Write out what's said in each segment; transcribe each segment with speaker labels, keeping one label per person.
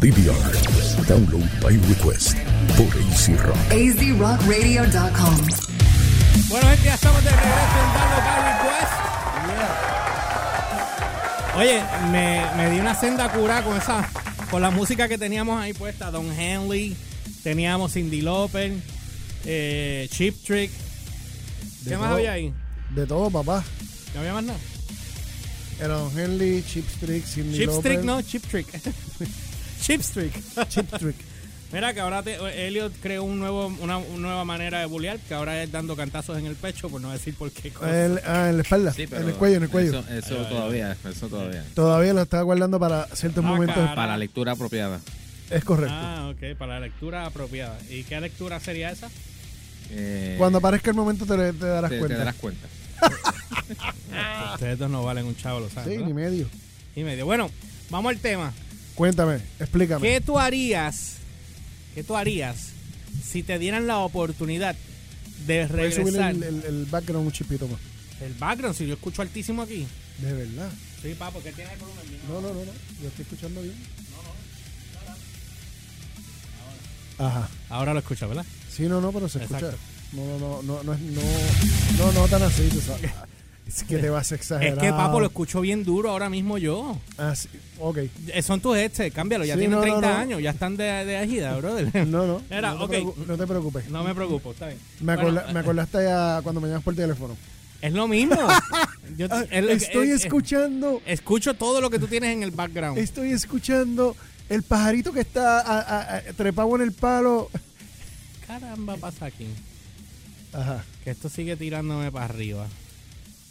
Speaker 1: DVR. Download by request por AC Rock.
Speaker 2: azrockradio.com.
Speaker 3: Bueno, gente, ya estamos de regreso en Dando By Request. pues. Oye, me, me di una senda cura con esa, con la música que teníamos ahí puesta. Don Henley, teníamos Cindy López, eh, Chip Trick. ¿Qué
Speaker 4: De
Speaker 3: más
Speaker 4: todo.
Speaker 3: había ahí?
Speaker 4: De todo, papá.
Speaker 3: ¿No había más nada?
Speaker 4: Era Don Henley, Chip Trick, Cindy
Speaker 3: Chip
Speaker 4: López.
Speaker 3: Trick, no, Chip Trick. Chip Trick.
Speaker 4: Chip Trick.
Speaker 3: Mira que ahora te, Elliot creó un nuevo, una, una nueva manera de bullear, que ahora es dando cantazos en el pecho, por no decir por qué cosa.
Speaker 4: El- ah, en la espalda.
Speaker 5: Sí, pero
Speaker 4: en el cuello, en el cuello.
Speaker 5: Eso, eso todavía, eso todavía.
Speaker 4: Todavía lo estaba guardando para ciertos
Speaker 3: Ah,
Speaker 4: momentos.
Speaker 3: cara.
Speaker 5: Para la lectura apropiada.
Speaker 4: Es correcto.
Speaker 3: Ah, ok, para la lectura apropiada. ¿Y qué lectura sería esa?
Speaker 5: Eh,
Speaker 4: Cuando aparezca el momento te, te darás
Speaker 5: te, te
Speaker 4: cuenta.
Speaker 5: darás cuenta.
Speaker 3: Ustedes dos no valen un chavo, lo saben.
Speaker 4: sí,
Speaker 3: ¿verdad?
Speaker 4: ni medio.
Speaker 3: Y medio. Bueno, vamos al tema.
Speaker 4: Cuéntame, explícame.
Speaker 3: ¿Qué tú harías? ¿Qué tú harías si te dieran la oportunidad de
Speaker 4: Voy a subir
Speaker 3: regresar?
Speaker 4: el, el- el background un chipito más.
Speaker 3: El background, si yo escucho altísimo aquí.
Speaker 4: De verdad.
Speaker 3: Sí, pa, porque tiene el volumen bien.
Speaker 4: No, no, no, no. Lo estoy escuchando bien. Ajá.
Speaker 3: Ahora lo escuchas, ¿verdad?
Speaker 4: Sí, no, no, pero se
Speaker 3: Exacto.
Speaker 4: escucha. No, no, no, no, no, es- no, no, no tan así, tú sabes. Es que te vas a exagerar.
Speaker 3: Es que, papo, lo escucho bien duro ahora mismo yo.
Speaker 4: Ah, sí, ok.
Speaker 3: Eh, Son tus headsets, cámbialo. Ya
Speaker 4: Sí,
Speaker 3: tienen
Speaker 4: no, no,
Speaker 3: 30
Speaker 4: no.
Speaker 3: años, ya están de, de agida, brother.
Speaker 4: No, no.
Speaker 3: Era,
Speaker 4: no, te
Speaker 3: ok.
Speaker 4: preocu- no te preocupes.
Speaker 3: No me preocupo, está bien.
Speaker 4: Me,
Speaker 3: Bueno, eh,
Speaker 4: acorda- me acordaste a cuando me llamas por teléfono.
Speaker 3: Es lo mismo. Yo-
Speaker 4: Ah,
Speaker 3: es lo que-
Speaker 4: estoy
Speaker 3: es- es-
Speaker 4: escuchando,
Speaker 3: Escucho todo lo que tú tienes en el background.
Speaker 4: estoy escuchando el pajarito que está a- a- a- trepado en el palo.
Speaker 3: Caramba, pasa aquí.
Speaker 4: Ajá.
Speaker 3: Que esto sigue tirándome para arriba.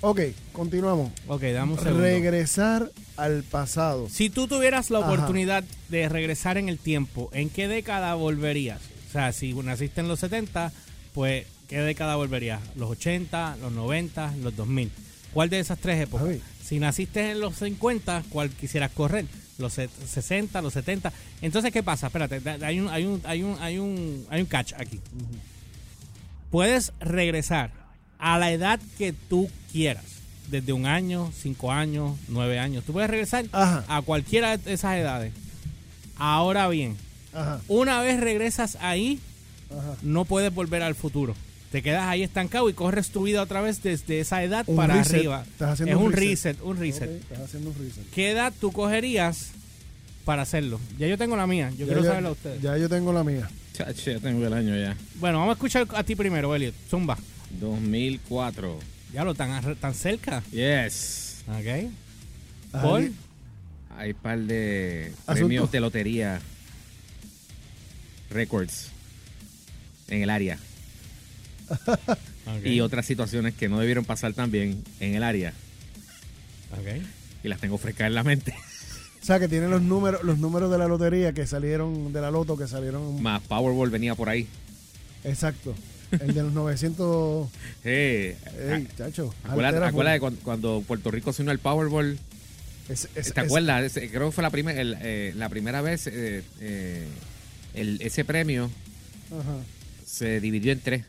Speaker 4: Ok, continuamos.
Speaker 3: Ok, dame un segundo.
Speaker 4: Regresar al pasado.
Speaker 3: si tú tuvieras la
Speaker 4: Ajá.
Speaker 3: oportunidad de regresar en el tiempo, ¿en qué década volverías? O sea, si naciste en los 70, pues ¿qué década volverías? ¿Los 80, los 90, los 2000? ¿Cuál de esas tres épocas?
Speaker 4: A ver.
Speaker 3: Si naciste en los 50, ¿cuál quisieras correr? Los set- 60, los 70. Entonces, ¿qué pasa? Espérate, da- da- hay un, hay un, hay un, hay un, hay un catch aquí. Puedes regresar a la edad que tú quieras. Desde un año, cinco años, nueve años. Tú puedes regresar
Speaker 4: Ajá.
Speaker 3: a cualquiera de esas edades. Ahora bien,
Speaker 4: Ajá,
Speaker 3: una vez regresas ahí,
Speaker 4: ajá.
Speaker 3: no puedes volver al futuro. Te quedas ahí estancado y corres tu vida otra vez desde esa edad
Speaker 4: Un
Speaker 3: para
Speaker 4: reset.
Speaker 3: arriba.
Speaker 4: Estás haciendo
Speaker 3: es
Speaker 4: un
Speaker 3: un
Speaker 4: reset.
Speaker 3: reset, un reset.
Speaker 4: Ok, estás haciendo un reset.
Speaker 3: ¿Qué edad tú cogerías para hacerlo? Ya yo tengo la mía, yo
Speaker 4: Ya
Speaker 3: quiero
Speaker 4: yo-
Speaker 3: saberla a ustedes.
Speaker 4: Ya yo tengo la mía.
Speaker 5: Chacho, ya tengo el año ya.
Speaker 3: Bueno, vamos a escuchar a ti primero, Elliot. Zumba.
Speaker 5: 2004.
Speaker 3: Ya lo tan, arre- tan cerca.
Speaker 5: Yes.
Speaker 3: Ok.
Speaker 4: Ajá,
Speaker 3: Paul,
Speaker 4: di-
Speaker 5: Hay par de
Speaker 4: Asunto.
Speaker 5: premios de lotería. Records. En el área.
Speaker 3: ok,
Speaker 5: Y otras situaciones que no debieron pasar también en el área.
Speaker 3: ok.
Speaker 5: Y las tengo frescas en la mente.
Speaker 4: O sea, que tiene los números, los números de la lotería que salieron, de la loto que salieron.
Speaker 5: Más Powerball venía por ahí.
Speaker 4: Exacto. El de los 900.
Speaker 5: Hey,
Speaker 4: Ey, chacho.
Speaker 5: Acuérdate,
Speaker 4: altera,
Speaker 5: acuérdate cuando, cuando Puerto Rico se unió al Powerball.
Speaker 4: Es- es-
Speaker 5: ¿Te
Speaker 4: es-
Speaker 5: acuerdas? Ese- Creo que fue la, primer- el, eh, la primera vez eh, eh, el- ese premio
Speaker 4: Ajá.
Speaker 5: se dividió en tres.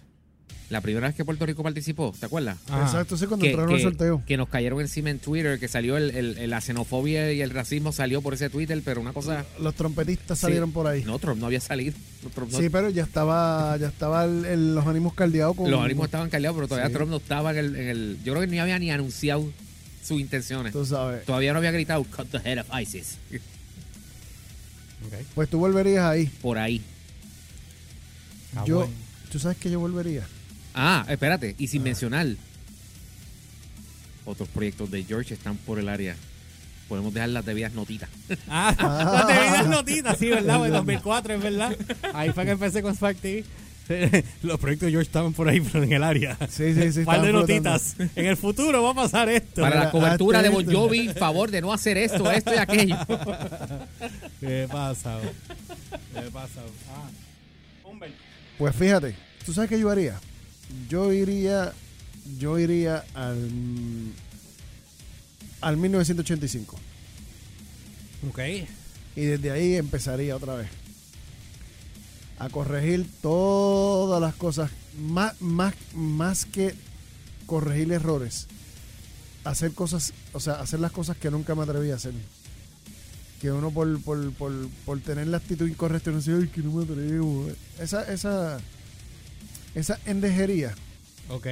Speaker 5: La primera vez que Puerto Rico participó, ¿te acuerdas?
Speaker 3: Ajá.
Speaker 4: Exacto, sí, cuando
Speaker 5: Que,
Speaker 4: entraron al
Speaker 5: que-
Speaker 4: sorteo.
Speaker 5: que nos cayeron encima en Twitter, que salió el- el- la xenofobia y el racismo salió por ese Twitter, pero una cosa...
Speaker 4: Los trompetistas salieron
Speaker 5: Sí.
Speaker 4: por ahí.
Speaker 5: No, Trump no había salido. Trump no-
Speaker 4: Sí, pero ya estaba, ya estaba el- el- los ánimos caldeados con.
Speaker 5: los ánimos estaban caldeados, pero todavía
Speaker 4: Sí.
Speaker 5: Trump no estaba en el, en el- Yo creo que ni había ni anunciado sus intenciones.
Speaker 4: Tú sabes.
Speaker 5: Todavía no había gritado, cut the head of ISIS.
Speaker 3: ok.
Speaker 4: Pues tú volverías ahí.
Speaker 5: Por ahí.
Speaker 3: Ah,
Speaker 4: yo,
Speaker 3: bueno.
Speaker 4: tú sabes que yo volvería.
Speaker 5: Ah, espérate, y sin mencionar, otros proyectos de George están por el área. Podemos dejar las debidas notitas.
Speaker 3: Ah,
Speaker 4: Ah.
Speaker 3: no te vi las notitas, sí, ¿verdad? En 2004, es verdad. Ahí fue que empecé con Spark TV. Los proyectos de George estaban por ahí, pero en el área.
Speaker 4: Sí, sí, sí,
Speaker 3: par de
Speaker 4: estaban flotando.
Speaker 3: notitas. En el futuro va a pasar esto.
Speaker 5: Para la
Speaker 4: mira,
Speaker 5: cobertura de
Speaker 4: hazte
Speaker 5: Bon
Speaker 4: esto.
Speaker 5: Jovi, favor de no hacer esto, esto y aquello.
Speaker 3: ¿Qué pasa? bro? ¿Qué pasa? bro? Ah. Humber.
Speaker 4: Pues fíjate, tú sabes que yo haría. Yo iría, yo iría al al 1985
Speaker 3: Ok.
Speaker 4: y desde ahí empezaría otra vez a corregir todas las cosas más más más que corregir errores, hacer cosas, o sea, hacer las cosas que nunca me atreví a hacer. que uno por, por, por, por tener la actitud incorrecta no sé, ay, que no me atrevo. Esa, esa, esa endejería,
Speaker 3: Ok.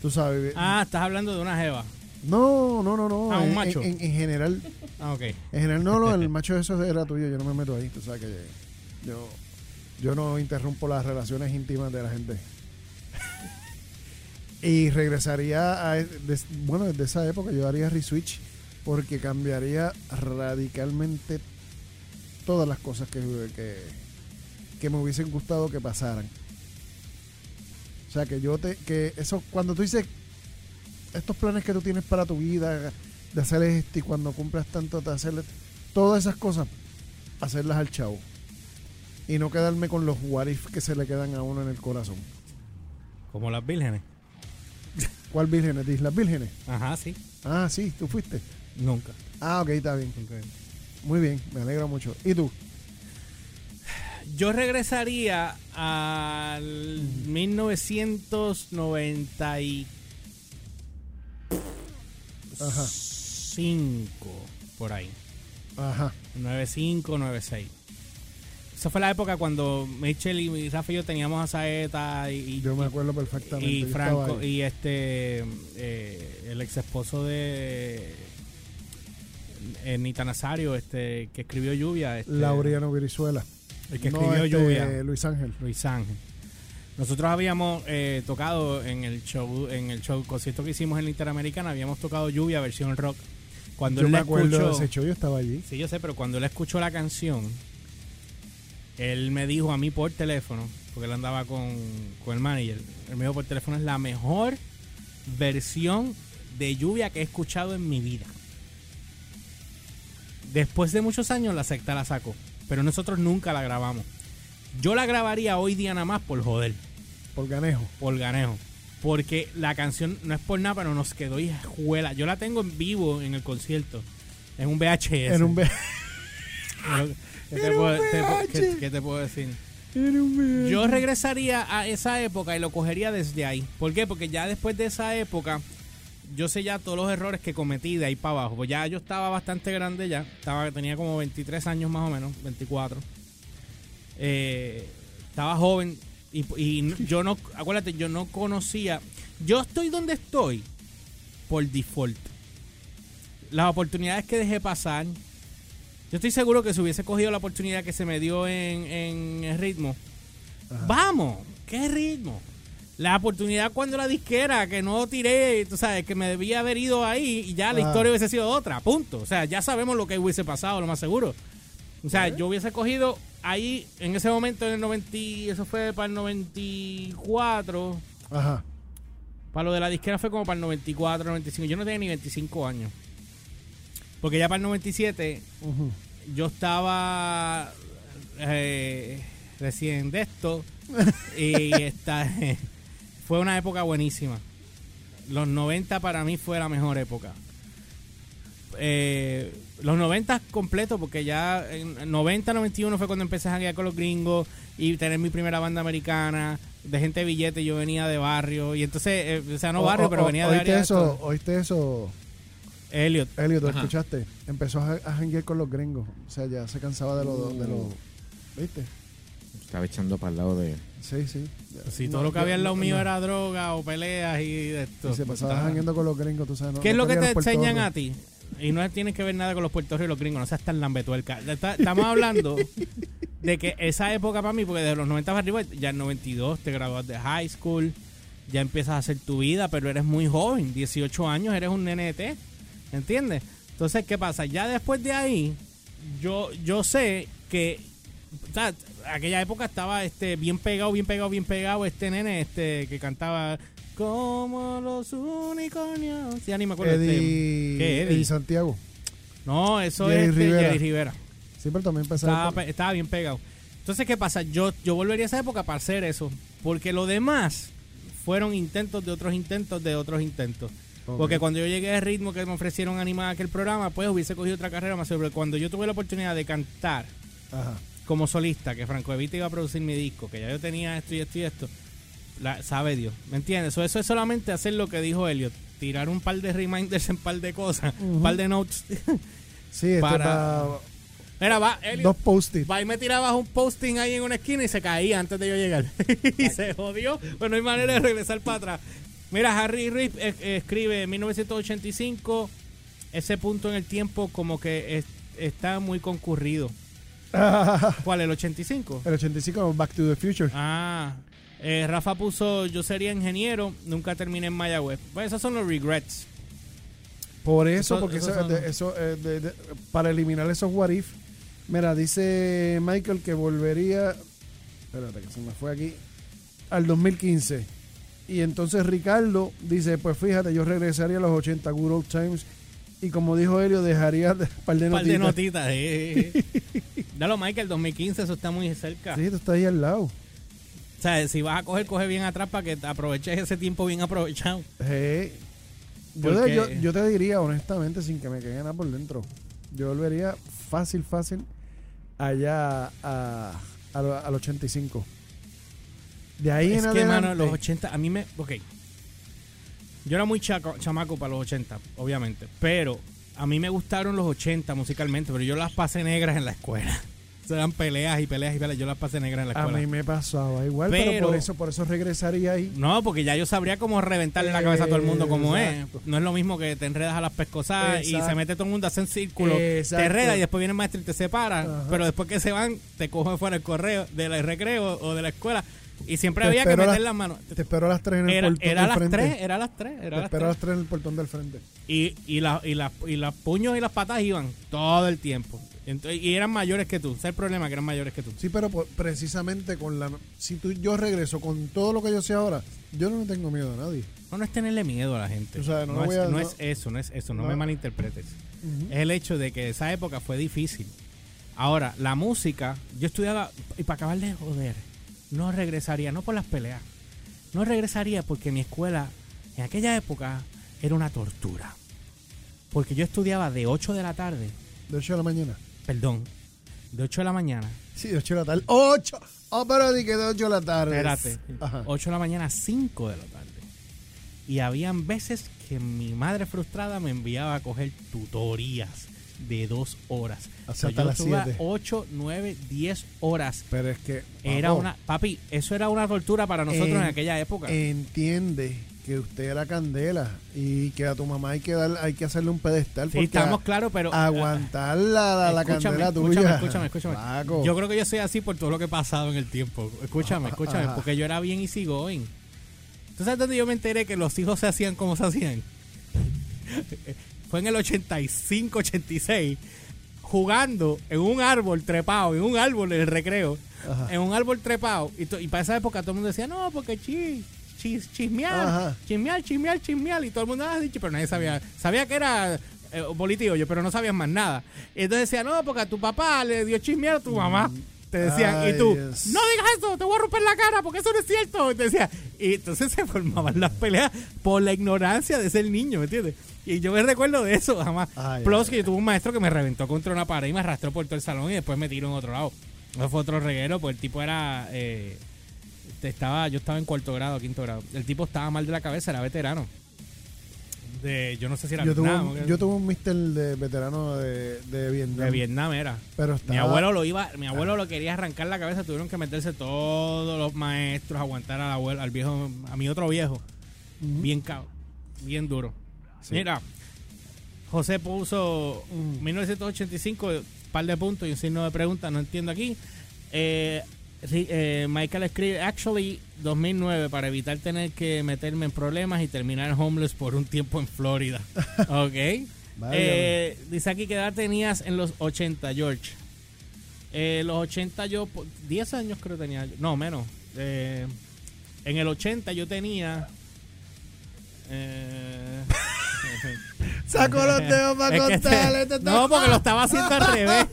Speaker 4: tú sabes.
Speaker 3: Ah, estás hablando de una jeva.
Speaker 4: No, no, no, no.
Speaker 3: Ah, un
Speaker 4: en-
Speaker 3: macho.
Speaker 4: En, en general,
Speaker 3: Ah, ok.
Speaker 4: en general no, lo- el macho eso era tuyo, yo no me meto ahí, tú sabes que yo, yo no interrumpo las relaciones íntimas de la gente. Y regresaría a, es- des- bueno, desde esa época yo haría reswitch porque cambiaría radicalmente todas las cosas que, que, que me hubiesen gustado que pasaran. O sea, que yo te, que eso, cuando tú dices estos planes que tú tienes para tu vida, de hacer esto y cuando cumplas tanto, de hacer esto, todas esas cosas, hacerlas al chavo. Y no quedarme con los what if que se le quedan a uno en el corazón.
Speaker 3: Como las vírgenes.
Speaker 4: ¿Cuál vírgenes? ¿Dices las vírgenes?
Speaker 3: Ajá, sí.
Speaker 4: Ah, sí, tú fuiste.
Speaker 3: Nunca.
Speaker 4: Ah, ok, está bien.
Speaker 3: Nunca.
Speaker 4: Muy bien, me alegro mucho. ¿Y tú?
Speaker 3: Yo regresaría al 1995,
Speaker 4: Ajá,
Speaker 3: por ahí.
Speaker 4: ajá.
Speaker 3: 95, 96. Esa fue la época cuando Mitchell y- y Rafa y yo teníamos a Saeta y, y-
Speaker 4: Yo me acuerdo
Speaker 3: y
Speaker 4: perfectamente. yo estaba
Speaker 3: Franco
Speaker 4: ahí.
Speaker 3: y este eh, el ex esposo de eh, Nita Nazario, este que escribió Lluvia, este,
Speaker 4: Laureano Virizuela.
Speaker 3: el que
Speaker 4: No,
Speaker 3: escribió
Speaker 4: este,
Speaker 3: Lluvia,
Speaker 4: Luis Ángel.
Speaker 3: Luis Ángel. Nosotros habíamos eh, tocado en el show, en el show concierto que hicimos en la Interamericana, habíamos tocado Lluvia versión rock. Cuando
Speaker 4: yo
Speaker 3: él
Speaker 4: me
Speaker 3: la
Speaker 4: acuerdo
Speaker 3: escuchó,
Speaker 4: de ese show, yo estaba allí.
Speaker 3: Sí, yo sé, pero cuando él escuchó la canción, él me dijo a mí por teléfono, porque él andaba con, con el manager, él me dijo por teléfono, es la mejor versión de lluvia que he escuchado en mi vida. Después de muchos años la secta la sacó, pero nosotros nunca la grabamos. Yo la grabaría hoy día nada más por joder,
Speaker 4: Por Ganejo.
Speaker 3: por ganejo. Porque la canción no es por nada, pero nos quedó y escuela. Yo la tengo en vivo en el concierto. En un VHS.
Speaker 4: En un, ve-
Speaker 3: Pero, ¿Qué te,
Speaker 4: Era un
Speaker 3: puedo, te-
Speaker 4: VH.
Speaker 3: qué- qué te puedo decir?
Speaker 4: en un ve-
Speaker 3: Yo regresaría a esa época y lo cogería desde ahí. ¿Por qué? Porque ya después de esa época, yo sé ya todos los errores que cometí de ahí para abajo. Pues ya yo estaba bastante grande ya. Estaba, tenía como 23 años más o menos, 24. Eh, estaba joven y, y no- yo no, acuérdate, yo no conocía. Yo estoy donde estoy por default. Las oportunidades que dejé pasar. Yo estoy seguro que si hubiese cogido la oportunidad que se me dio en, en el ritmo. Vamos, qué ritmo. La oportunidad cuando la disquera, que no tiré, tú sabes, que me debía haber ido ahí y ya la
Speaker 4: Ah.
Speaker 3: historia hubiese sido otra, punto. O sea, ya sabemos lo que hubiese pasado, lo más seguro. O sea, yo hubiese cogido ahí en ese momento en el 90, y- eso fue para el 94.
Speaker 4: Ajá.
Speaker 3: Para lo de la disquera fue como para el 94, 95. Yo no tenía ni 25 años. Porque ya para el 97
Speaker 4: ujú.
Speaker 3: yo estaba eh, recién de esto y está, fue una época buenísima. Los 90 para mí fue la mejor época. Eh, los 90 completos, porque ya en 90, 91 fue cuando empecé a janguear con los gringos y tener mi primera banda americana de gente de billete. Yo venía de barrio y entonces, eh, o sea, no
Speaker 4: O-
Speaker 3: barrio,
Speaker 4: o-
Speaker 3: pero
Speaker 4: o-
Speaker 3: venía de
Speaker 4: ¿Oíste
Speaker 3: área. de
Speaker 4: eso?
Speaker 3: esto.
Speaker 4: ¿Oíste eso?
Speaker 3: Elliot,
Speaker 4: Elio, ¿tú
Speaker 5: Ajá.
Speaker 4: escuchaste? Empezó a, a janguear con los gringos. O sea, ya se cansaba de los... De los ¿Viste?
Speaker 5: Estaba echando para el lado de.
Speaker 4: Sí, sí. Ya.
Speaker 3: Pues si
Speaker 4: No,
Speaker 3: todo lo que
Speaker 4: yo-
Speaker 3: había al lado
Speaker 4: no,
Speaker 3: mío
Speaker 4: no.
Speaker 3: era droga o peleas y de esto.
Speaker 4: Y se pasaba
Speaker 3: Puta.
Speaker 4: jangueando con los gringos, tú sabes. no-
Speaker 3: ¿Qué es
Speaker 4: no
Speaker 3: lo que te
Speaker 4: querían los
Speaker 3: enseñan
Speaker 4: puertorros.
Speaker 3: a ti? Y no tienes que ver nada con los puertorriqueños y los gringos, no seas tan lambetuerca. Está- Estamos hablando de que esa época para mí, porque desde los 90 para arriba, ya en 92 te gradúas de high school, ya empiezas a hacer tu vida, pero eres muy joven, 18 años, eres un NT, ¿entiendes? Entonces, ¿qué pasa? Ya después de ahí, yo, yo sé que o sea, aquella época estaba este bien pegado, bien pegado, bien pegado este nene este que cantaba como los unicornios. Ya ni me acuerdo del tema.
Speaker 4: Eddie,
Speaker 3: ¿Qué, Eddie?
Speaker 4: Eddie Santiago.
Speaker 3: No, eso
Speaker 4: Jerry
Speaker 3: es este,
Speaker 4: Rivera.
Speaker 3: Jerry Rivera.
Speaker 4: Siempre también empezaba.
Speaker 3: Estaba, pe- estaba bien pegado. Entonces, ¿qué pasa? Yo, yo volvería a esa época para hacer eso. Porque lo demás fueron intentos de otros intentos de otros intentos.
Speaker 4: Ok.
Speaker 3: Porque cuando yo llegué al ritmo que me ofrecieron animar aquel programa, pues hubiese cogido otra carrera más. Pero cuando yo tuve la oportunidad de cantar
Speaker 4: Ajá.
Speaker 3: como solista, que Franco Evita iba a producir mi disco, que ya yo tenía esto y esto y esto, la, sabe Dios, ¿me entiendes? So, eso es solamente hacer lo que dijo Elliot, tirar un par de reminders en par de cosas, un par de notes.
Speaker 4: Sí, esto
Speaker 3: Para-
Speaker 4: para...
Speaker 3: Mira, va, Elliot,
Speaker 4: Dos post-it.
Speaker 3: va y me tirabas un posting ahí en una esquina y se caía antes de yo llegar. y se jodió, pues no hay manera de regresar para atrás. Mira, Harry Rip es- escribe en 1985, ese punto en el tiempo como que es- está muy concurrido. ¿Cuál? ¿El 85?
Speaker 4: El 85, Back to the Future.
Speaker 3: Ah, eh, Rafa puso, yo sería ingeniero, nunca terminé en Mayagüez. Bueno, esos son los regrets.
Speaker 4: Por eso,
Speaker 3: Eso-
Speaker 4: porque
Speaker 3: eso
Speaker 4: eso,
Speaker 3: son-
Speaker 4: de- eso, eh, de- de- para eliminar esos what if, mira, dice Michael que volvería, espérate que se me fue aquí, al 2015. Y entonces Ricardo dice, pues fíjate, yo regresaría a los 80 Good Old Times y como dijo Helio, dejaría de- par de
Speaker 3: Un par
Speaker 4: notitas.
Speaker 3: de notitas. eh, eh, eh. Dalo, Michael, 2015, eso está muy cerca.
Speaker 4: Sí, tú estás ahí al lado.
Speaker 3: O sea, si vas a coger, coge bien atrás para que te aproveches ese tiempo bien aprovechado.
Speaker 4: Eh, yo,
Speaker 3: Porque-
Speaker 4: te, yo- yo te diría, honestamente, sin que me caiga nada por dentro, yo volvería fácil, fácil allá a, a lo- al 85. De ahí
Speaker 3: es
Speaker 4: en
Speaker 3: que,
Speaker 4: adelante.
Speaker 3: mano, los 80, a mí me. Ok. Yo era muy chaco- chamaco para los 80, obviamente. Pero a mí me gustaron los 80 musicalmente, pero yo las pasé negras en la escuela. Se dan peleas y peleas y peleas. Yo las pasé negras en la
Speaker 4: a
Speaker 3: escuela.
Speaker 4: mí me pasaba igual, pero,
Speaker 3: Pero-
Speaker 4: por eso por eso regresaría ahí.
Speaker 3: No, porque ya yo sabría cómo reventarle la cabeza a todo el mundo como
Speaker 4: Exacto.
Speaker 3: es. No es lo mismo que te enredas a las pescosadas y
Speaker 4: Exacto.
Speaker 3: se mete todo el mundo, hacen círculo,
Speaker 4: Exacto.
Speaker 3: te enredas y después viene el maestro y te separa. Pero después que se van, te cogen fuera del correo, del recreo o de la escuela. Y siempre
Speaker 4: Te
Speaker 3: había que
Speaker 4: espero a
Speaker 3: meter
Speaker 4: las-
Speaker 3: las manos.
Speaker 4: Te espero a las 3 en el
Speaker 3: Era,
Speaker 4: portón
Speaker 3: era a
Speaker 4: del
Speaker 3: las
Speaker 4: frente.
Speaker 3: tres, era a las tres, era a
Speaker 4: Te
Speaker 3: las
Speaker 4: espero a
Speaker 3: tres.
Speaker 4: las 3 en el portón del frente.
Speaker 3: Y, y, la- y, la- y los puños y las patas iban todo el tiempo. Entonces, y eran mayores que tú. Ese es el problema, que eran mayores que tú.
Speaker 4: Sí, pero por- precisamente con la si tú yo regreso con todo lo que yo sé ahora, yo no le tengo miedo a nadie.
Speaker 3: No, no es tenerle miedo a la gente.
Speaker 4: O sea, no
Speaker 3: no,
Speaker 4: voy
Speaker 3: es,
Speaker 4: a-
Speaker 3: no
Speaker 4: no-
Speaker 3: es eso, no es eso, no,
Speaker 4: no.
Speaker 3: me malinterpretes. Es el hecho de que esa época fue difícil. Ahora, la música, yo estudiaba, y para acabar de joder, no regresaría, no por las peleas, no regresaría porque mi escuela en aquella época era una tortura. Porque yo estudiaba de 8 de la tarde,
Speaker 4: De 8 de la mañana.
Speaker 3: perdón, de 8 de la mañana
Speaker 4: Sí, de 8 de la tarde. ¡Ocho! Ah, pero di que de 8 de la tarde.
Speaker 3: Espérate.
Speaker 4: Ajá.
Speaker 3: 8 de la mañana, 5 de la tarde. Y habían veces que mi madre frustrada me enviaba a coger tutorías de dos horas.
Speaker 4: O sea, hasta las siete.
Speaker 3: 8, 9, 10 horas.
Speaker 4: Pero es que.
Speaker 3: Era
Speaker 4: vamos,
Speaker 3: una, papi, eso era una tortura para nosotros en,
Speaker 4: en-
Speaker 3: aquella época.
Speaker 4: Entiende que usted era candela y que a tu mamá hay que dar, hay que hacerle un pedestal.
Speaker 3: Sí,
Speaker 4: porque
Speaker 3: estamos
Speaker 4: a-
Speaker 3: claros, pero- eh,
Speaker 4: Aguantar la, la, la
Speaker 3: Escúchame,
Speaker 4: candela
Speaker 3: escúchame,
Speaker 4: tuya.
Speaker 3: Escúchame, escúchame.
Speaker 4: Paco.
Speaker 3: Yo creo que yo soy así por todo lo que he pasado en el tiempo. Escúchame, escúchame,
Speaker 4: ajá.
Speaker 3: porque yo era bien easy going. ¿Tú sabes dónde yo me enteré que los hijos se hacían como se hacían? Fue en el 85, 86, jugando en un árbol trepado, en un árbol en el recreo, en un árbol trepado. Y, to- y para esa época todo el mundo decía, no, porque chis, chis, chismear,
Speaker 4: Ajá.
Speaker 3: chismear, chismear, chismear. Y todo el mundo ah, dicho, pero nadie sabía. Sabía que era eh, bolita y hoyo, pero no sabían más nada. Y entonces decía, no, porque a tu papá le dio chismear a tu mamá. Te decían,
Speaker 4: Ay,
Speaker 3: y tú,
Speaker 4: Dios.
Speaker 3: no digas eso, te voy a romper la cara porque eso no es cierto. Y te decía, y entonces se formaban las peleas por la ignorancia de ser niño, ¿me entiendes? Y yo me recuerdo de eso, jamás.
Speaker 4: Ay,
Speaker 3: Plus
Speaker 4: ay,
Speaker 3: que yo tuve un maestro que me reventó contra una pared y me arrastró por todo el salón y después me tiró en otro lado. No fue otro reguero, pues el tipo era... eh, te estaba, yo estaba en cuarto grado, quinto grado. El tipo estaba mal de la cabeza, era veterano. De, yo no sé si era
Speaker 4: Yo tuve,
Speaker 3: Vietnam,
Speaker 4: un,
Speaker 3: ¿o qué?
Speaker 4: yo tuve un mister de veterano de, de Vietnam.
Speaker 3: de Vietnam era.
Speaker 4: Pero estaba,
Speaker 3: Mi abuelo lo iba, mi abuelo lo quería arrancar la cabeza, tuvieron que meterse todos los maestros, a aguantar al abuelo, al viejo, a mi otro viejo. Bien cao, bien duro. Mira, José puso 1985, par de puntos y un signo de pregunta, no entiendo aquí. Eh, ri- eh, Michael escribe, actually 2009, para evitar tener que meterme en problemas y terminar homeless por un tiempo en Florida. ok.
Speaker 4: Válgame.
Speaker 3: Eh, dice aquí que edad tenías en los 80, George. Eh, los 80 yo, po- 10 años creo tenía, yo. no menos. Eh, en el 80 yo tenía... eh,
Speaker 4: Sacó los dedos para
Speaker 3: es que este-
Speaker 4: contarle. te-
Speaker 3: no, porque lo estaba haciendo al revés.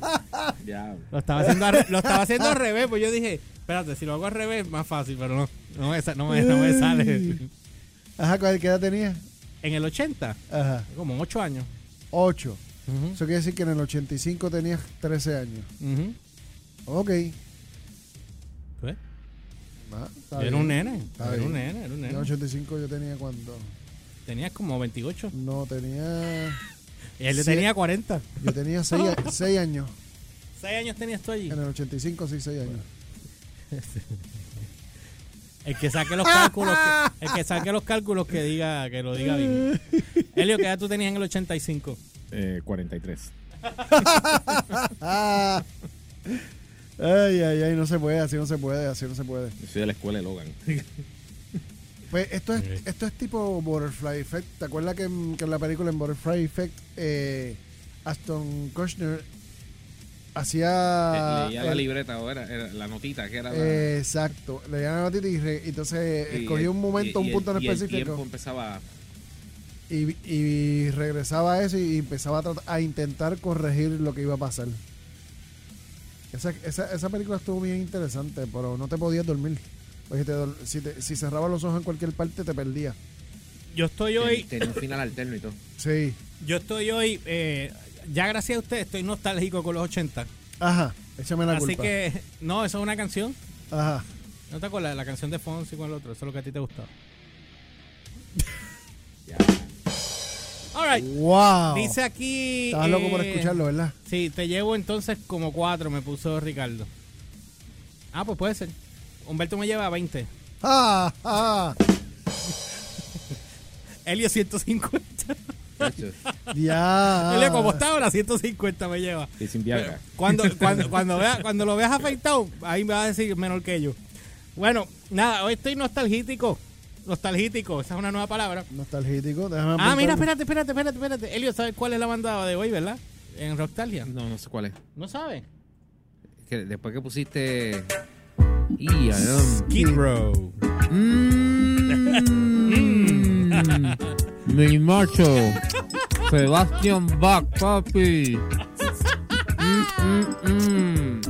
Speaker 5: Ya.
Speaker 3: Lo estaba haciendo al, re- lo estaba haciendo al revés, pues yo dije, espérate, si lo hago al revés más fácil, pero no, no me, sa- no me- no me sale.
Speaker 4: Ajá, ¿cuál- ¿qué edad tenía?
Speaker 3: En el 80,
Speaker 4: Ajá.
Speaker 3: como 8 años.
Speaker 4: 8.
Speaker 3: Ujú.
Speaker 4: Eso quiere decir que en el 85 tenías 13 años.
Speaker 3: Ujú.
Speaker 4: Ok.
Speaker 3: Pues,
Speaker 4: Ah, está
Speaker 3: Era
Speaker 4: bien.
Speaker 3: un nene,
Speaker 4: Está
Speaker 3: era
Speaker 4: bien.
Speaker 3: un nene, era un
Speaker 4: En el
Speaker 3: nene.
Speaker 4: 85 yo tenía cuando.
Speaker 3: Tenías como 28.
Speaker 4: No, tenía.
Speaker 3: Y él
Speaker 4: Sí.
Speaker 3: tenía 40.
Speaker 4: Yo tenía 6, años.
Speaker 3: ¿Seis años tenías tú allí?
Speaker 4: En el 85, sí, 6 años.
Speaker 3: El que saque los cálculos, que, el que saque los cálculos que diga, que lo diga bien. Elio, ¿qué edad tú tenías en el 85?
Speaker 5: Eh, 43.
Speaker 4: Ah. Ay, ay, ay, no se puede, así no se puede, así no se puede.
Speaker 5: Yo soy de la escuela de Logan.
Speaker 4: Pues esto es, esto es tipo Butterfly Effect. ¿Te acuerdas que en, que en la película en Butterfly Effect eh, Aston Kushner hacía...
Speaker 5: Leía la
Speaker 4: Ah, el-
Speaker 5: libreta ahora, era la notita que era la-
Speaker 4: Exacto, leía la notita y, re- y entonces
Speaker 5: y
Speaker 4: escogía
Speaker 5: el-
Speaker 4: un momento,
Speaker 5: y- y
Speaker 4: un
Speaker 5: el-
Speaker 4: punto en
Speaker 5: y el tiempo
Speaker 4: específico
Speaker 5: empezaba
Speaker 4: y, y regresaba a eso y empezaba a, tratar- a intentar corregir lo que iba a pasar. Esa, esa, esa película estuvo bien interesante, pero no te podías dormir. Oye, te dol- si, te- si cerrabas los ojos en cualquier parte te perdías.
Speaker 3: Yo estoy
Speaker 5: ten-
Speaker 3: hoy,
Speaker 5: tenía un final alterno y todo.
Speaker 4: Sí.
Speaker 3: yo estoy hoy, eh, ya gracias a usted estoy nostálgico con los 80.
Speaker 4: Ajá, échame la
Speaker 3: Así
Speaker 4: culpa.
Speaker 3: que, no, eso es una canción.
Speaker 4: Ajá.
Speaker 3: ¿No te acuerdas? La canción de Fonsi con el otro, eso es lo que a ti te gustaba. All right.
Speaker 4: Wow.
Speaker 3: Dice aquí.
Speaker 4: Estabas loco por
Speaker 3: eh,
Speaker 4: escucharlo, ¿verdad?
Speaker 3: Sí, te llevo entonces como cuatro, me puso Ricardo. Ah, pues puede ser. Humberto me lleva a 20.
Speaker 4: Ah, ah.
Speaker 3: Elio 150.
Speaker 5: Chacho,
Speaker 4: Ya.
Speaker 3: Elio, como está ahora, 150 me lleva.
Speaker 5: Y sin Viagra.
Speaker 3: Cuando, cuando, cuando, vea- cuando lo veas afectado, ahí me vas a decir menor que yo. Bueno, nada, hoy estoy nostalgítico. Nostalgítico, esa es una nueva palabra.
Speaker 4: Nostalgítico. Déjame
Speaker 3: Ah, mira, espérate,
Speaker 4: apuntarlo.
Speaker 3: espérate, espérate, espérate. Elio, ¿sabes cuál es la banda de hoy, verdad? En Rocktalia.
Speaker 5: No, no sé cuál es.
Speaker 3: ¿No sabes?
Speaker 5: Que después que pusiste. Y, adón.
Speaker 3: Kid Row.
Speaker 5: Mm. Mi macho. Sebastian Bach, papi. Mm, mm, mm.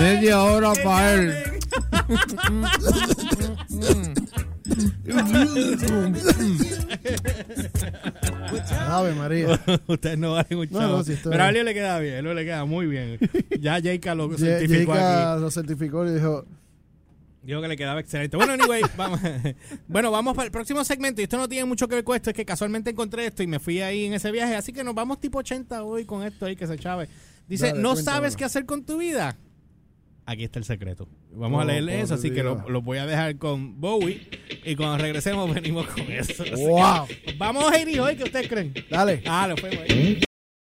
Speaker 5: Media hora para él.
Speaker 4: Ave María.
Speaker 3: Ustedes no valen un
Speaker 4: No,
Speaker 3: chavo.
Speaker 4: no, sí, está
Speaker 3: Pero a
Speaker 4: bien.
Speaker 3: Elio le queda bien, a Elio le queda muy bien. Ya Jayka lo
Speaker 4: Ye-
Speaker 3: certificó
Speaker 4: Jessica
Speaker 3: aquí.
Speaker 4: lo certificó y dijo,
Speaker 3: Dijo que le quedaba excelente. Bueno, anyway, vamos, bueno, vamos para el próximo segmento. Y esto no tiene mucho que ver con esto. Es que casualmente encontré esto y me fui ahí en ese viaje. Así que nos vamos tipo 80 hoy con esto ahí que se chave. Dice,
Speaker 4: Dale,
Speaker 3: ¿no
Speaker 4: cuéntamelo.
Speaker 3: sabes qué hacer con tu vida? Aquí está el secreto. Vamos a
Speaker 4: Oh,
Speaker 3: leer
Speaker 4: por
Speaker 3: eso, así
Speaker 4: Dios.
Speaker 3: que lo, lo voy a dejar con Bowie. Y cuando regresemos venimos con eso. Así que
Speaker 4: Wow.
Speaker 3: Vamos a ir hoy, ¿qué ustedes creen?
Speaker 4: dale.
Speaker 3: Ah, lo fue, güey.